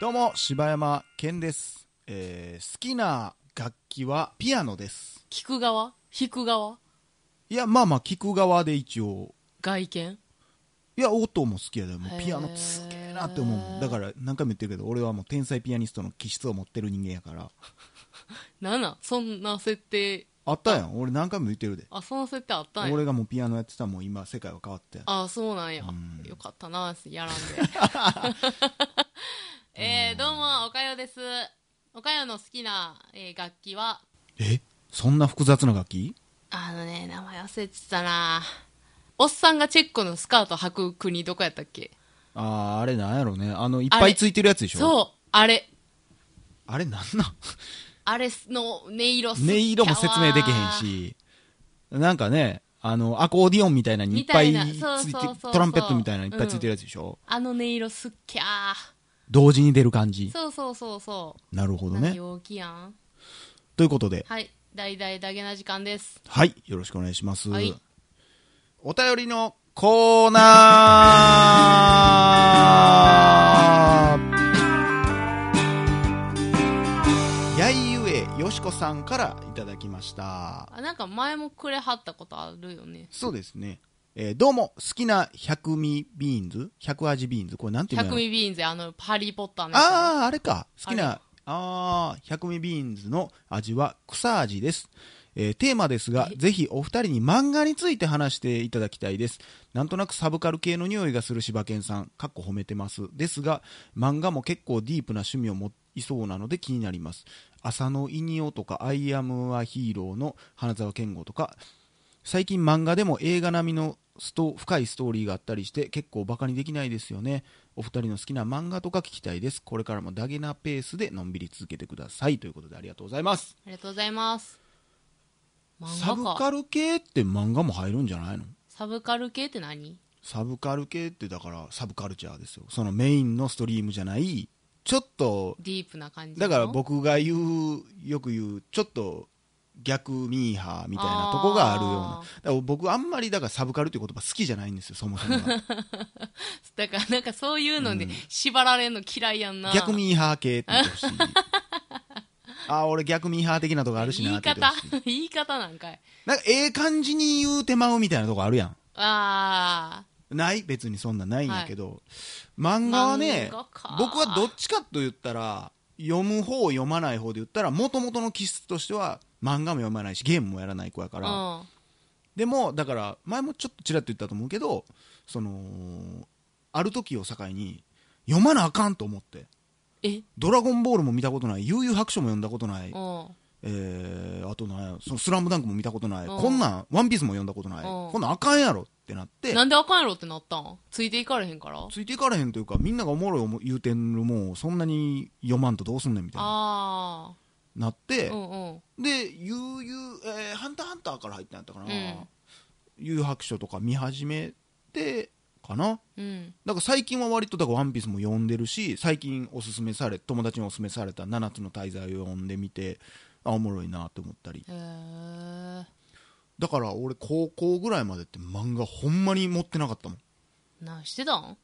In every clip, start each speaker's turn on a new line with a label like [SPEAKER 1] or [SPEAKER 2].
[SPEAKER 1] どうも柴山健です、えー好きな楽器はピアノです
[SPEAKER 2] 聞く側弾く側
[SPEAKER 1] いやまあまあ聞く側で一応
[SPEAKER 2] 外見
[SPEAKER 1] いや音も好きやでもうピアノ
[SPEAKER 2] へー
[SPEAKER 1] すげえなって思うもんだから何回も言ってるけど俺はもう天才ピアニストの気質を持ってる人間やから
[SPEAKER 2] なんなんそんな設定
[SPEAKER 1] あったやん俺何回も言ってるで
[SPEAKER 2] あその設定あったんや
[SPEAKER 1] 俺がもうピアノやってたらもう今世界は変わって
[SPEAKER 2] あそうなんや、
[SPEAKER 1] うん
[SPEAKER 2] よかったな やらんでえー、どうもおかよですおかよの好きな、えー楽器は
[SPEAKER 1] えそんな複雑な楽器
[SPEAKER 2] あのね名前忘れてたなおっさんがチェックのスカート履く国どこやったっけ
[SPEAKER 1] あああれなんやろねあのいっ
[SPEAKER 2] あ
[SPEAKER 1] ぱい
[SPEAKER 2] れ
[SPEAKER 1] ついてるやつでしょ
[SPEAKER 2] そうあれ
[SPEAKER 1] あれなんなん
[SPEAKER 2] あれの音色すっきゃ わ
[SPEAKER 1] 音色も説明できへんし、なんかね、あの、アコーディオンみたいなのにいっぱいつ
[SPEAKER 2] みたいな
[SPEAKER 1] い
[SPEAKER 2] そうそうそうそ
[SPEAKER 1] て、
[SPEAKER 2] う
[SPEAKER 1] トランペットみたいなのいっぱいついてるやつでしょ、
[SPEAKER 2] あの音色すっきゃ
[SPEAKER 1] 同時に出る感じ。
[SPEAKER 2] そうそうそうそ
[SPEAKER 1] なるほ
[SPEAKER 2] う、
[SPEAKER 1] ど
[SPEAKER 2] 何
[SPEAKER 1] ね。
[SPEAKER 2] 陽気やん
[SPEAKER 1] ということで、
[SPEAKER 2] はい大々だげな時間です
[SPEAKER 1] はい、よろしくお願いします。
[SPEAKER 2] はい
[SPEAKER 1] お便りのコーナーやいうえよしこさんからいただきました。
[SPEAKER 2] あなんか前もくれはったことあるよね
[SPEAKER 1] そうですね。えーどうも、好きな百味ビーンズ百味ビーンズこれなんていう
[SPEAKER 2] 百
[SPEAKER 1] の
[SPEAKER 2] 味ビーンズあのハリー・ポッターのやつ
[SPEAKER 1] ああ、あれか。好き
[SPEAKER 2] あ
[SPEAKER 1] な、ああ、百味ビーンズの味は草味です。えーテーマですが、ぜひお二人に漫画について話していただきたいです。なんとなくサブカル系の匂いがする柴犬さん、かっこ褒めてます。ですが、漫画も結構ディープな趣味を持いそうなので気になります。浅野いにおとか、アイアムアヒーローの花沢健吾とか、最近漫画でも映画並みのスト深いストーリーがあったりして結構バカにできないですよねお二人の好きな漫画とか聞きたいですこれからもダゲなペースでのんびり続けてくださいということでありがとうございます
[SPEAKER 2] ありがとうございます
[SPEAKER 1] サ
[SPEAKER 2] 漫
[SPEAKER 1] ブ
[SPEAKER 2] 画かサ
[SPEAKER 1] カ
[SPEAKER 2] ブ
[SPEAKER 1] ル系って漫画も入るんじゃないの
[SPEAKER 2] カル系って何
[SPEAKER 1] サブカル系ってだからサブカルチャーですよそのメインのストリームじゃないちょっと
[SPEAKER 2] ディープな感じ
[SPEAKER 1] だから
[SPEAKER 2] の
[SPEAKER 1] 僕が言うよく言うちょっと逆ミーハーみたいなとこがあるような
[SPEAKER 2] あ
[SPEAKER 1] だから僕あんまりだからサブカルっていう言葉好きじゃないんですよそもそもが
[SPEAKER 2] だからなんかそういうの
[SPEAKER 1] う
[SPEAKER 2] で
[SPEAKER 1] ん
[SPEAKER 2] 縛られんの嫌いやんな、
[SPEAKER 1] 逆ミーハー系って言って ほしいああ俺逆ミーハー的なとこあるし
[SPEAKER 2] 言
[SPEAKER 1] なっ
[SPEAKER 2] い
[SPEAKER 1] て言って
[SPEAKER 2] 方
[SPEAKER 1] ほしい
[SPEAKER 2] 言い方なんかい
[SPEAKER 1] なんかええ感じに言うてまうみたいなとこあるや
[SPEAKER 2] あ
[SPEAKER 1] んない別にそんなんないんやけど、漫画はね
[SPEAKER 2] 漫画か
[SPEAKER 1] 僕はどっちかと言ったら読む方読まない方で言ったらもともとの気質としては漫画も読まないしゲームもやらない子やか
[SPEAKER 2] ー
[SPEAKER 1] ら、
[SPEAKER 2] うん
[SPEAKER 1] でもだから前もちょっとちらっと言ったと思うけどそのある時を境に読まなあかんと思って
[SPEAKER 2] え
[SPEAKER 1] 「ドラゴンボール」も見たことない「悠々白書」も読んだことない
[SPEAKER 2] うん
[SPEAKER 1] えー、あとなんやそのスラムダンクも見たことない、
[SPEAKER 2] うん
[SPEAKER 1] こんなん、ワンピースも読んだことない、
[SPEAKER 2] うん
[SPEAKER 1] こんなんあかんやろってなって、
[SPEAKER 2] なんであかんやろってなったんついていかれへんから
[SPEAKER 1] ついていかれへんというか、みんながおもろい思う言うてんのもう、そんなに読まんとどうすんねんみたいな、
[SPEAKER 2] あ
[SPEAKER 1] なって
[SPEAKER 2] あ、うんうん
[SPEAKER 1] で、悠々、えーハンターハンターから入ったんやったかな、
[SPEAKER 2] うん
[SPEAKER 1] 幽白書とか見始めてかな。
[SPEAKER 2] うん
[SPEAKER 1] だから最近は割とだからワンピースも読んでるし最近おすすめされ友達におすすめされた「七つの大罪」を読んでみてあおもろいなって思ったり
[SPEAKER 2] へえ
[SPEAKER 1] だから俺高校ぐらいまでって漫画ほんまに持ってなかったもんい
[SPEAKER 2] 何してたん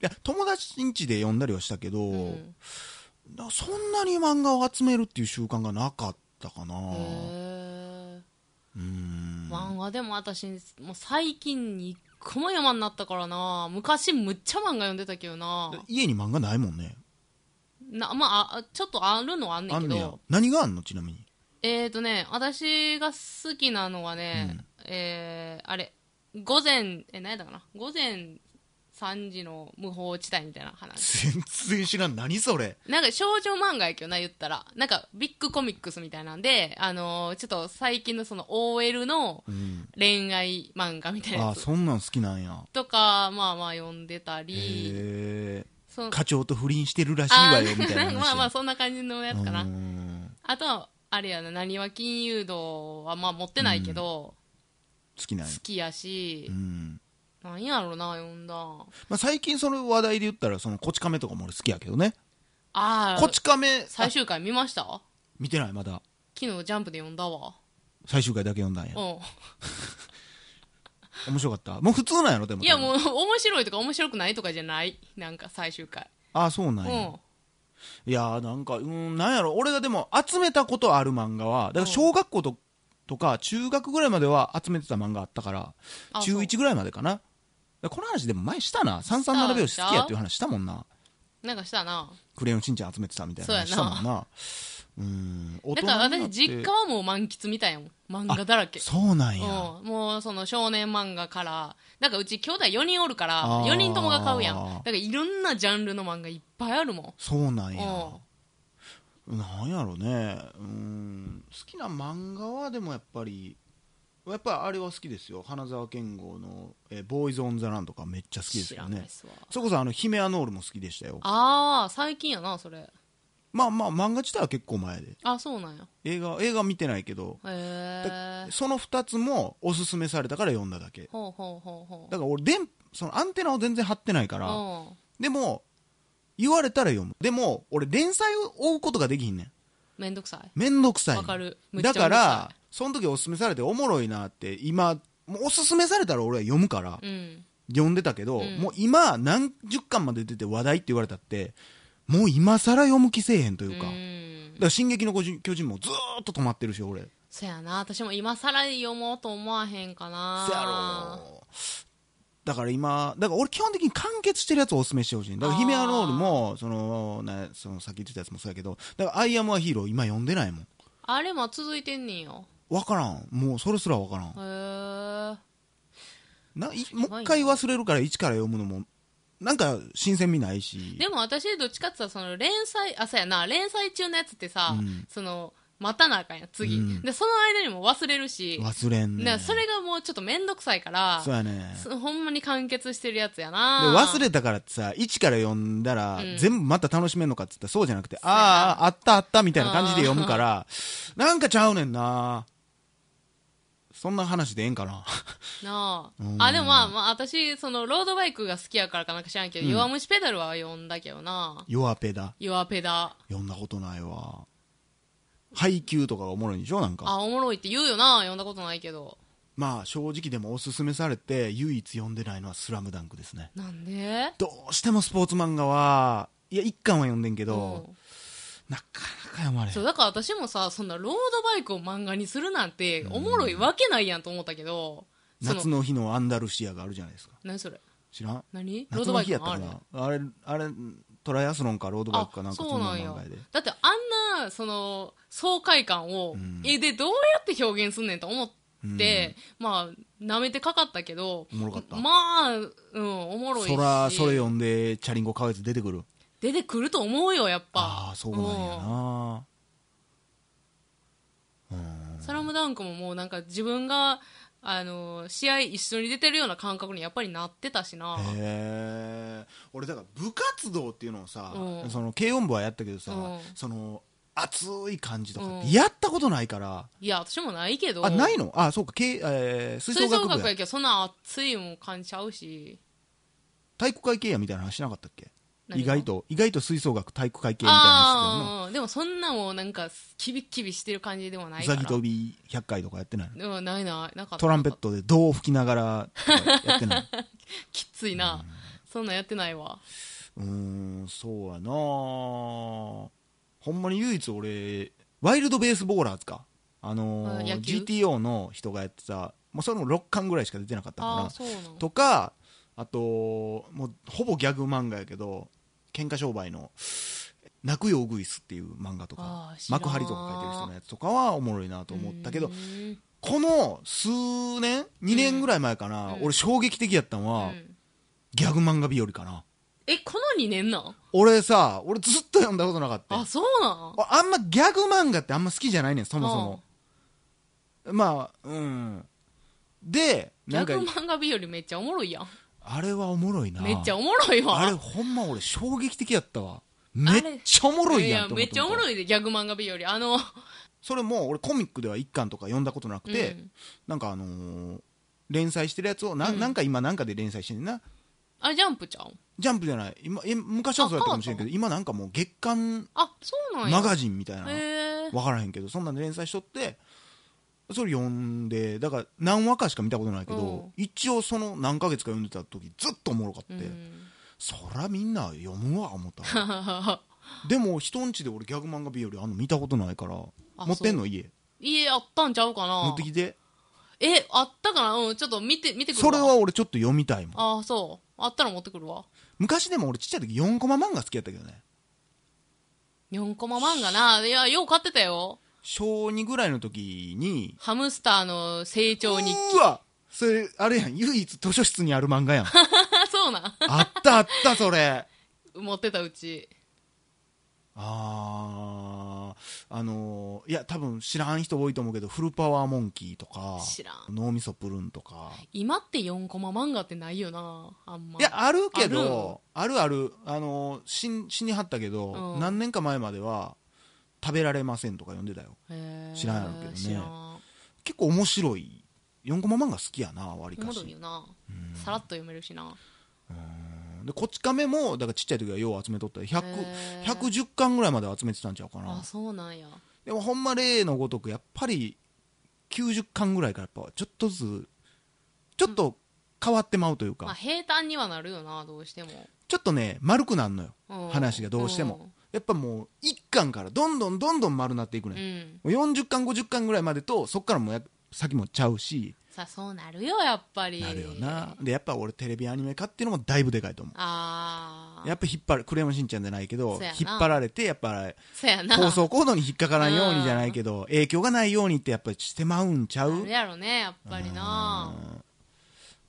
[SPEAKER 1] や友達ん家で読んだりはしたけど、
[SPEAKER 2] うん
[SPEAKER 1] なそんなに漫画を集めるっていう習慣がなかったかな
[SPEAKER 2] へえ
[SPEAKER 1] うーん
[SPEAKER 2] 漫画でも私もう最近に一個も読まんなったからな昔むっちゃ漫画読んでたけどな
[SPEAKER 1] 家に漫画ないもんね
[SPEAKER 2] なまああちょっとあるのはあんね
[SPEAKER 1] あ
[SPEAKER 2] んけ
[SPEAKER 1] んねや
[SPEAKER 2] ど
[SPEAKER 1] 何があんのちなみに
[SPEAKER 2] えーとね私が好きなのはね、えーあれ午前え何やったかな午前3時の無法地帯みたいな話
[SPEAKER 1] 全然知らん何それ
[SPEAKER 2] なんか少女漫画やけどな言ったらなんかビッグコミックスみたいなんであのーちょっと最近のその OL の
[SPEAKER 1] うん
[SPEAKER 2] 恋愛漫画みたいな
[SPEAKER 1] あ
[SPEAKER 2] や
[SPEAKER 1] あ
[SPEAKER 2] つ
[SPEAKER 1] そんなん好きなんや
[SPEAKER 2] とかまあまあ読んでたり
[SPEAKER 1] へえ
[SPEAKER 2] その
[SPEAKER 1] 課長と不倫してるらしい
[SPEAKER 2] あ
[SPEAKER 1] わ
[SPEAKER 2] ー
[SPEAKER 1] よみたいな話や
[SPEAKER 2] まあまあそんな感じのやつかな、
[SPEAKER 1] うーん
[SPEAKER 2] あとはあれやななにわ金融道はまあ持ってないけど、
[SPEAKER 1] 好きなんや
[SPEAKER 2] 好きやし
[SPEAKER 1] う、ん
[SPEAKER 2] なんやろな読んだあ
[SPEAKER 1] まあ、最近その話題で言ったらそのこち亀とかも俺好きやけどね
[SPEAKER 2] あー
[SPEAKER 1] こち亀
[SPEAKER 2] 最終回見ました
[SPEAKER 1] 見てないまだ
[SPEAKER 2] 昨日ジャンプで読んだわ
[SPEAKER 1] 最終回だけ読んだんや
[SPEAKER 2] うん
[SPEAKER 1] 面白かったもう普通なんやろでも
[SPEAKER 2] いやもう面白いとか面白くないとかじゃないなんか最終回、
[SPEAKER 1] ああそうなんや、
[SPEAKER 2] うん
[SPEAKER 1] いやーなんかうーんなんやろ俺がでも集めたことある漫画はだから小学校と,、とか中学ぐらいまでは集めてた漫画あったから
[SPEAKER 2] あ
[SPEAKER 1] 中1ぐらいまでかなだからこの話でも前したな「三三並べよし好きや」っていう話したもんな
[SPEAKER 2] なんかしたな
[SPEAKER 1] 「クレヨンしんちゃん集めてた」みたいな話し
[SPEAKER 2] そ
[SPEAKER 1] た
[SPEAKER 2] うや
[SPEAKER 1] も
[SPEAKER 2] なん
[SPEAKER 1] なうーん大
[SPEAKER 2] だ
[SPEAKER 1] 人
[SPEAKER 2] から
[SPEAKER 1] にな
[SPEAKER 2] 私
[SPEAKER 1] って
[SPEAKER 2] 実家はもう満喫みたいやもん漫画だらけ
[SPEAKER 1] そうなんや
[SPEAKER 2] うん、もうその少年漫画からだからうち兄弟4人おるから
[SPEAKER 1] あー
[SPEAKER 2] 4人ともが買うやんだからいろんなジャンルの漫画いっぱいあるもん
[SPEAKER 1] そうなんや
[SPEAKER 2] お
[SPEAKER 1] なんやろねうーん好きな漫画はでもやっぱりやっぱりあれは好きですよ花澤健吾の「えーボーイズ・オン・ザ・ラン」とかめっちゃ好きです
[SPEAKER 2] 知
[SPEAKER 1] よ
[SPEAKER 2] らない
[SPEAKER 1] ね
[SPEAKER 2] っすわ
[SPEAKER 1] それこそあのヒメアノールも好きでしたよ
[SPEAKER 2] ああ最近やなそれ
[SPEAKER 1] まあまあ漫画自体は結構前で
[SPEAKER 2] あそうなんや
[SPEAKER 1] 映画映画見てないけど
[SPEAKER 2] へえ
[SPEAKER 1] その2つもおすすめされたから読んだだけ
[SPEAKER 2] ほうほうほうほう
[SPEAKER 1] だから俺電そのアンテナを全然張ってないから
[SPEAKER 2] うん
[SPEAKER 1] でも言われたら読むでも俺連載を追うことができひんねん
[SPEAKER 2] めんどくさい
[SPEAKER 1] めんどくさいねん
[SPEAKER 2] わかるむっち
[SPEAKER 1] だ
[SPEAKER 2] ゃむずい
[SPEAKER 1] からその時おすすめされておもろいなって今もうおすすめされたら俺は読むから、
[SPEAKER 2] うん
[SPEAKER 1] 読んでたけど、
[SPEAKER 2] うん
[SPEAKER 1] もう今何十巻まで出て話題って言われたってもう今更読む気せえへんというか、
[SPEAKER 2] う
[SPEAKER 1] だ
[SPEAKER 2] ん
[SPEAKER 1] から「進撃の巨人巨人」もずーっと止まってるし俺せ
[SPEAKER 2] そやな私も今更読もうと思わへんかな
[SPEAKER 1] やろだから今だから俺基本的に完結してるやつをおすすめしてほしいだから「ヒメアロールも」そのねそのさっき言ってたやつもそうやけどだから「アイアムはヒーロー」今読んでないもん
[SPEAKER 2] あれも続いてんねんよ
[SPEAKER 1] 分からんもうそれすら分からん
[SPEAKER 2] へえ
[SPEAKER 1] ないもう一回忘れるから一から読むのもなんか新鮮味ないし
[SPEAKER 2] でも私どっちかって言ったらその連載あそうやな連載中のやつってさ、
[SPEAKER 1] うん
[SPEAKER 2] その待たなあかんやん次、
[SPEAKER 1] うん
[SPEAKER 2] でその間にも忘れるし、
[SPEAKER 1] 忘れんね
[SPEAKER 2] ね、それがもうちょっと面倒くさいから
[SPEAKER 1] そうやね
[SPEAKER 2] そほんまに完結してるやつや
[SPEAKER 1] で
[SPEAKER 2] な
[SPEAKER 1] 忘れたからってさ一から読んだら、
[SPEAKER 2] うん
[SPEAKER 1] 全部また楽しめんのかって言ったらそうじゃなくて
[SPEAKER 2] うやな
[SPEAKER 1] あああったあったみたいな感じで読むからなんかちゃうねんなそんな話でええんかな
[SPEAKER 2] な
[SPEAKER 1] う
[SPEAKER 2] あ
[SPEAKER 1] ん
[SPEAKER 2] あでもまあ、まあ、私そのロードバイクが好きやからかなんか知らんけど、
[SPEAKER 1] うん
[SPEAKER 2] 弱虫ペダルは読んだけどな
[SPEAKER 1] 弱ペダ
[SPEAKER 2] 弱ペダ
[SPEAKER 1] 読んだことないわ配給とかがおもろいんでしょなんか
[SPEAKER 2] あおもろいって言うよな読んだことないけど
[SPEAKER 1] まあ正直でもおすすめされて唯一読んでないのは「スラムダンクですね
[SPEAKER 2] なんで
[SPEAKER 1] どうしてもスポーツ漫画はいや一巻は読んでんけど、
[SPEAKER 2] うん
[SPEAKER 1] なかなか読まれへん
[SPEAKER 2] そうだから私もさそんなロードバイクを漫画にするなんておもろいわけないやんと思ったけど、そ
[SPEAKER 1] 夏の日のアンダルシアがあるじゃないですか
[SPEAKER 2] 何それ
[SPEAKER 1] 知らん
[SPEAKER 2] 何ロー
[SPEAKER 1] 夏
[SPEAKER 2] ド
[SPEAKER 1] の
[SPEAKER 2] バイ
[SPEAKER 1] 日
[SPEAKER 2] ク
[SPEAKER 1] やった
[SPEAKER 2] の
[SPEAKER 1] か
[SPEAKER 2] あれ
[SPEAKER 1] なあれあれトライアスロンかロードバイクかなんかそんな
[SPEAKER 2] や
[SPEAKER 1] 漫画で
[SPEAKER 2] だってあんなその爽快感を、
[SPEAKER 1] ん
[SPEAKER 2] えでどうやって表現すんねんと思って、まあなめてかかったけど
[SPEAKER 1] おもろかった
[SPEAKER 2] まあうんおもろいし
[SPEAKER 1] そらそれ読んでチャリンコ買うやつ出てくる
[SPEAKER 2] 出てくると思うよやっぱ
[SPEAKER 1] ああそうなんやな
[SPEAKER 2] うんスラムダンクももうなんか自分があの試合一緒に出てるような感覚にやっぱりなってたしな
[SPEAKER 1] へえ俺だから部活動っていうのをさ、
[SPEAKER 2] うん
[SPEAKER 1] その軽音部はやったけどさ、
[SPEAKER 2] うん
[SPEAKER 1] その熱い感じとかっ
[SPEAKER 2] うん
[SPEAKER 1] てやったことないから、
[SPEAKER 2] いや私もないけど
[SPEAKER 1] あないのあそうかけ、えー吹
[SPEAKER 2] 吹
[SPEAKER 1] 奏
[SPEAKER 2] 奏
[SPEAKER 1] 楽部
[SPEAKER 2] 楽
[SPEAKER 1] や
[SPEAKER 2] やけどそんな熱いもん感じちゃうし
[SPEAKER 1] 体育会系やみたいな話しなかったっけ
[SPEAKER 2] 何
[SPEAKER 1] 意
[SPEAKER 2] が
[SPEAKER 1] 外と意外と吹奏楽体育会系みたいな話だよな
[SPEAKER 2] ああーでもそんなもうなんかキビッキビしてる感じでもな
[SPEAKER 1] う
[SPEAKER 2] い
[SPEAKER 1] さ
[SPEAKER 2] から
[SPEAKER 1] ぎ跳び100回とかやってないの
[SPEAKER 2] うんないないなかった
[SPEAKER 1] トランペットで胴を吹きながらとかやってない
[SPEAKER 2] きついな、そんなんやってないわ
[SPEAKER 1] うーんそうやなあほんまに唯一俺ワイルドベースボーラーズかあの
[SPEAKER 2] あ
[SPEAKER 1] ー
[SPEAKER 2] 野球
[SPEAKER 1] GTO の人がやってたもうそれも6巻ぐらいしか出てなかった
[SPEAKER 2] ああ
[SPEAKER 1] か
[SPEAKER 2] そうな
[SPEAKER 1] ら
[SPEAKER 2] の
[SPEAKER 1] とかあともうほぼギャグ漫画やけど喧嘩商売の「泣くようぐいす」っていう漫画と
[SPEAKER 2] あ
[SPEAKER 1] か
[SPEAKER 2] ー知らん
[SPEAKER 1] 幕張とか書いてる人のやつとかはおもろいなと思ったけど
[SPEAKER 2] うーん
[SPEAKER 1] この数年2年ぐらい前かな、
[SPEAKER 2] うん
[SPEAKER 1] 俺衝撃的やったのは、
[SPEAKER 2] うん
[SPEAKER 1] ギャグ漫画日和かな
[SPEAKER 2] えこの2年なん
[SPEAKER 1] 俺さ俺ずっと読んだことなかった
[SPEAKER 2] あそうなん
[SPEAKER 1] 俺あんまギャグ漫画ってあんま好きじゃないねんそもそも、まあうんで
[SPEAKER 2] ギ
[SPEAKER 1] な
[SPEAKER 2] ャ
[SPEAKER 1] んか
[SPEAKER 2] グ漫画日和めっちゃおもろいやん
[SPEAKER 1] あれはおもろいな
[SPEAKER 2] めっちゃおもろいわ
[SPEAKER 1] あれほんま俺衝撃的やったわめっちゃおもろいやん
[SPEAKER 2] やめっちゃおも
[SPEAKER 1] い
[SPEAKER 2] ろいでギャグ漫画日和あの
[SPEAKER 1] それも俺コミックでは一巻とか読んだことなくて、
[SPEAKER 2] うん
[SPEAKER 1] なんかあのー連載してるやつをな,、ん、なんか今なんかで連載してんねんな
[SPEAKER 2] あジャンプちゃん
[SPEAKER 1] ジャンプじゃない今え昔はそうやったかもしれんけど今なんかもう月刊
[SPEAKER 2] あそうなんや
[SPEAKER 1] マガジンみたいな
[SPEAKER 2] へえ
[SPEAKER 1] 分からへんけどそんなんで連載しとってそれ読んでだから何話かしか見たことないけ
[SPEAKER 2] うん
[SPEAKER 1] ど一応その何ヶ月か読んでた時ずっとおもろかって、
[SPEAKER 2] うん、
[SPEAKER 1] そらみんな読むわ思ったでも人んちで俺ギャグ漫画日和あんの見たことないから
[SPEAKER 2] あ
[SPEAKER 1] 持ってんの家
[SPEAKER 2] 家あったんちゃうか
[SPEAKER 1] 持
[SPEAKER 2] な
[SPEAKER 1] ってきて
[SPEAKER 2] えあったかなうんちょっと見て見てくる
[SPEAKER 1] そ
[SPEAKER 2] わ
[SPEAKER 1] れは俺ちょっと読みたいもん
[SPEAKER 2] ああそうあったら持ってくるわ
[SPEAKER 1] 昔でも俺ちっちゃい時4コマ漫画好きやったけどね
[SPEAKER 2] 4コマ漫画ないやよう買ってたよ
[SPEAKER 1] 小2ぐらいの時に
[SPEAKER 2] ハムスターの成長日記
[SPEAKER 1] うわそれあれやん唯一図書室にある漫画 やん
[SPEAKER 2] あ そうな
[SPEAKER 1] あったあったそれ
[SPEAKER 2] ん持ってたうち
[SPEAKER 1] あーあのーいや多分知らん人多いと思うけどフルパワーモンキーとか
[SPEAKER 2] 知らん
[SPEAKER 1] 脳みそプルンとか
[SPEAKER 2] 今って4コマ漫画ってないよなあんま
[SPEAKER 1] いやあるけどあるあるあのー死ん死にはったけど、
[SPEAKER 2] うん
[SPEAKER 1] 何年か前までは食べられませんとか読んでたよ
[SPEAKER 2] へー
[SPEAKER 1] 知らんやろうけどね
[SPEAKER 2] 知らん
[SPEAKER 1] 結構面白い4コマ漫画好きやなわり
[SPEAKER 2] お
[SPEAKER 1] か
[SPEAKER 2] も
[SPEAKER 1] し
[SPEAKER 2] ろいよなさらっと読めるしな
[SPEAKER 1] でこち亀もだからちっちゃい時はよう集めとった100
[SPEAKER 2] へー
[SPEAKER 1] 110巻ぐらいまで集めてたんちゃうか
[SPEAKER 2] あ
[SPEAKER 1] な
[SPEAKER 2] そうなんや
[SPEAKER 1] でもほんま例のごとくやっぱり90巻ぐらいからやっぱちょっとずつちょっと変わってまうというか、
[SPEAKER 2] まあ平坦にはなるよなどうしても
[SPEAKER 1] ちょっとね丸くなるのよ、
[SPEAKER 2] うん
[SPEAKER 1] 話がどうしても、やっぱもう1巻からどんどんどんどん丸なっていく
[SPEAKER 2] うんう
[SPEAKER 1] ね、
[SPEAKER 2] ん
[SPEAKER 1] もう40巻50巻ぐらいまでとそっからもうや先もちゃうし、
[SPEAKER 2] さあそうなるよやっぱり
[SPEAKER 1] なるよなでやっぱ俺テレビアニメ化っていうのもだいぶでかいと思う
[SPEAKER 2] ああ
[SPEAKER 1] やっぱ引っ張るクレヨンしんちゃんじゃないけど
[SPEAKER 2] そうやな
[SPEAKER 1] 引っ張られてやっぱ
[SPEAKER 2] そうやな
[SPEAKER 1] 放送行動に引っかからんようにじゃないけ ど影響がないようにってやっぱりしてまうんちゃ
[SPEAKER 2] あ
[SPEAKER 1] う
[SPEAKER 2] るやろねやっぱりな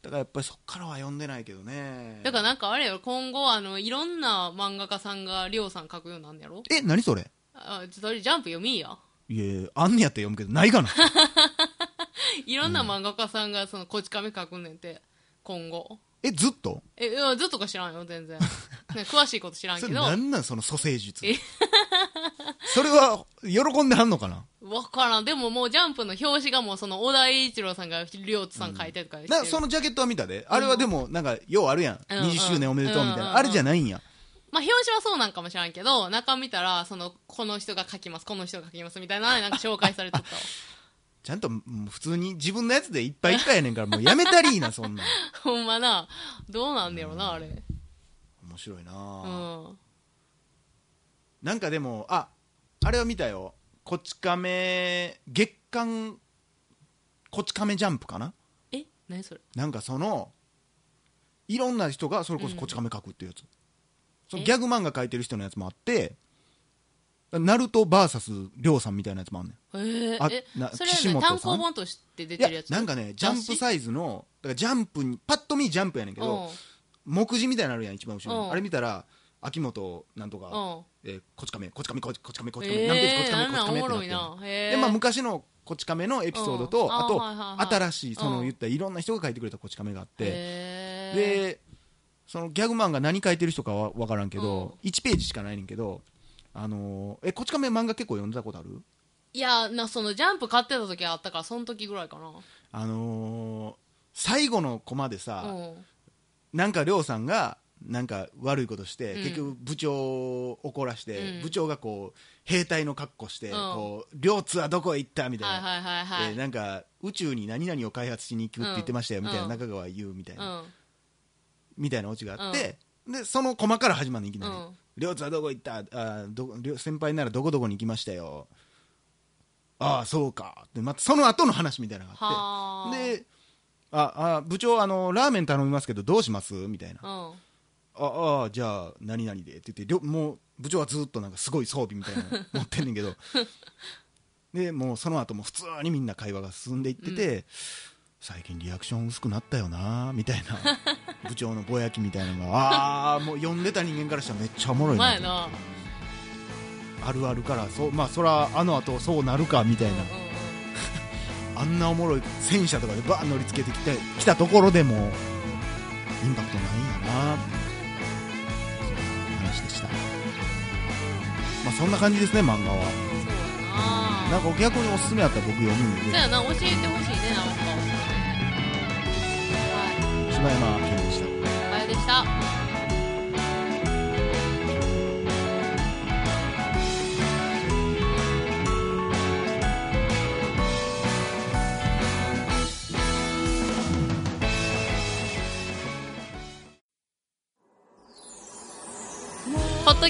[SPEAKER 1] だからやっぱりそっからは読んでないけどね
[SPEAKER 2] だからなんかあれよ今後あのいろんな漫画家さんがりょうさん書くようになんねやろ
[SPEAKER 1] え何それ
[SPEAKER 2] あちょっとそれジャンプ読みいや
[SPEAKER 1] いやあんねやったら読むけどないか な
[SPEAKER 2] いろんな漫画家さんがそのこち亀書くねんて今後
[SPEAKER 1] えずっと
[SPEAKER 2] えいやずっとか知らんよ全 然、ね、詳しいこと知らん
[SPEAKER 1] そ
[SPEAKER 2] け
[SPEAKER 1] れ
[SPEAKER 2] ど
[SPEAKER 1] な
[SPEAKER 2] わ
[SPEAKER 1] んなんその蘇生術
[SPEAKER 2] え
[SPEAKER 1] それは喜んではんのかな
[SPEAKER 2] からんでももうジャンプの表紙がもうその小田栄一郎さんがりょうつさん書いたりとかしてる
[SPEAKER 1] なそのジャケットは見たであれはでもなんかようあるやん
[SPEAKER 2] うんうん
[SPEAKER 1] 20周年おめでとうみたい
[SPEAKER 2] うんうんう
[SPEAKER 1] なんあれじゃないんや
[SPEAKER 2] まあ、表紙はそうなんかもしらんけど中見たらそのこの人が書きますこの人が書きますみたいななんか紹介されてたわ
[SPEAKER 1] ちゃんともう普通に自分のやつでいっぱいいっぱいやねんからもうやめたりいいなそんなん
[SPEAKER 2] ほんまなどうなんだろうなあれう
[SPEAKER 1] 面白いな、
[SPEAKER 2] ん
[SPEAKER 1] なんかでもああれは見たよこち亀月刊こち亀ジャンプかな
[SPEAKER 2] え何それ
[SPEAKER 1] なんかそのいろんな人がそれこそこち亀書くっていうやつ、その
[SPEAKER 2] え
[SPEAKER 1] ギャグ漫画書いてる人のやつもあってナルト VS りょうさんみたいなやつもあんねん
[SPEAKER 2] えー
[SPEAKER 1] あ
[SPEAKER 2] え
[SPEAKER 1] な
[SPEAKER 2] それは
[SPEAKER 1] 岸
[SPEAKER 2] ね
[SPEAKER 1] 本さん
[SPEAKER 2] 単行本として出
[SPEAKER 1] い
[SPEAKER 2] て
[SPEAKER 1] や
[SPEAKER 2] るやつ
[SPEAKER 1] なんかねジャンプサイズのだからジャンプにパッと見ジャンプやねんけ
[SPEAKER 2] うん
[SPEAKER 1] ど目次みたいなのあるやん一番後ろ
[SPEAKER 2] う
[SPEAKER 1] に
[SPEAKER 2] ん
[SPEAKER 1] あれ見たら秋元なんとか
[SPEAKER 2] うん
[SPEAKER 1] えーこち亀こち亀こち亀こち亀
[SPEAKER 2] え
[SPEAKER 1] 何ページこ
[SPEAKER 2] え
[SPEAKER 1] ち
[SPEAKER 2] ー、
[SPEAKER 1] 亀
[SPEAKER 2] なん
[SPEAKER 1] こ
[SPEAKER 2] な
[SPEAKER 1] ち
[SPEAKER 2] んお
[SPEAKER 1] 亀って
[SPEAKER 2] も
[SPEAKER 1] なっ
[SPEAKER 2] ろ
[SPEAKER 1] て
[SPEAKER 2] い
[SPEAKER 1] ん
[SPEAKER 2] なへえ
[SPEAKER 1] でまあ、昔の「こち亀」のエピソードと、
[SPEAKER 2] うんあ
[SPEAKER 1] あと、
[SPEAKER 2] はいはいはい
[SPEAKER 1] 新しいその言ったいろんな人が書いてくれた「こち亀」があって、
[SPEAKER 2] へえ
[SPEAKER 1] でそのギャグマンが何書いてる人かは分からんけど、1ページしかないねんけど「あのーえこち亀」漫画結構読んでたことある
[SPEAKER 2] いやなそのジャンプ買ってた時あったからその時ぐらいかな
[SPEAKER 1] あのー最後のコマで
[SPEAKER 2] う
[SPEAKER 1] さ、
[SPEAKER 2] ん
[SPEAKER 1] なんか亮さんがなんか悪いことして、
[SPEAKER 2] うん
[SPEAKER 1] 結局部長を怒らして、
[SPEAKER 2] うん
[SPEAKER 1] 部長がこう兵隊の格好して「
[SPEAKER 2] うん
[SPEAKER 1] こう両津はどこへ行った?」みたいな。
[SPEAKER 2] はいはいはいはい、
[SPEAKER 1] えーなんか宇宙に何々を開発しに行くって言ってましたよ、
[SPEAKER 2] うん
[SPEAKER 1] みたいな
[SPEAKER 2] うん
[SPEAKER 1] 中川優みたいな、
[SPEAKER 2] うん
[SPEAKER 1] みたいなオチがあって、でそのコマから始まるのいきなり
[SPEAKER 2] うん
[SPEAKER 1] 「両、津、はどこ行ったあーどりょう先輩ならどこどこに行きましたよ」ああそうかってまたその後の話みたいなのがあ
[SPEAKER 2] はあ
[SPEAKER 1] ってでああ部長あのラーメン頼みますけどどうしますみたいな、
[SPEAKER 2] う
[SPEAKER 1] あ
[SPEAKER 2] ん
[SPEAKER 1] あじゃあ何々でって言ってりょもう部長はずっとなんかすごい装備みたいなの持ってんねんけどでもうその後も普通にみんな会話が進んでいってて、最近リアクション薄くなったよなみたいな部長のぼやきみたいなのがああもう読んでた人間からしたらめっちゃおもろ
[SPEAKER 2] ほ
[SPEAKER 1] い
[SPEAKER 2] んま
[SPEAKER 1] な
[SPEAKER 2] やな
[SPEAKER 1] あるあるからそうまあそらあの後そうなるかみたいな、
[SPEAKER 2] うんうんうん
[SPEAKER 1] あんなおもろい戦車とかでバーン乗りつけてきたきたところでもインパクトないんやなそういう話でした、まあ、そんな感じですね漫画は
[SPEAKER 2] そうや
[SPEAKER 1] なんか逆におすすめあったら僕読むんで
[SPEAKER 2] な。そうやな、教えてほしいね、なんか。
[SPEAKER 1] 柴山健でした
[SPEAKER 2] はい、あれでした。
[SPEAKER 1] 「
[SPEAKER 2] ッド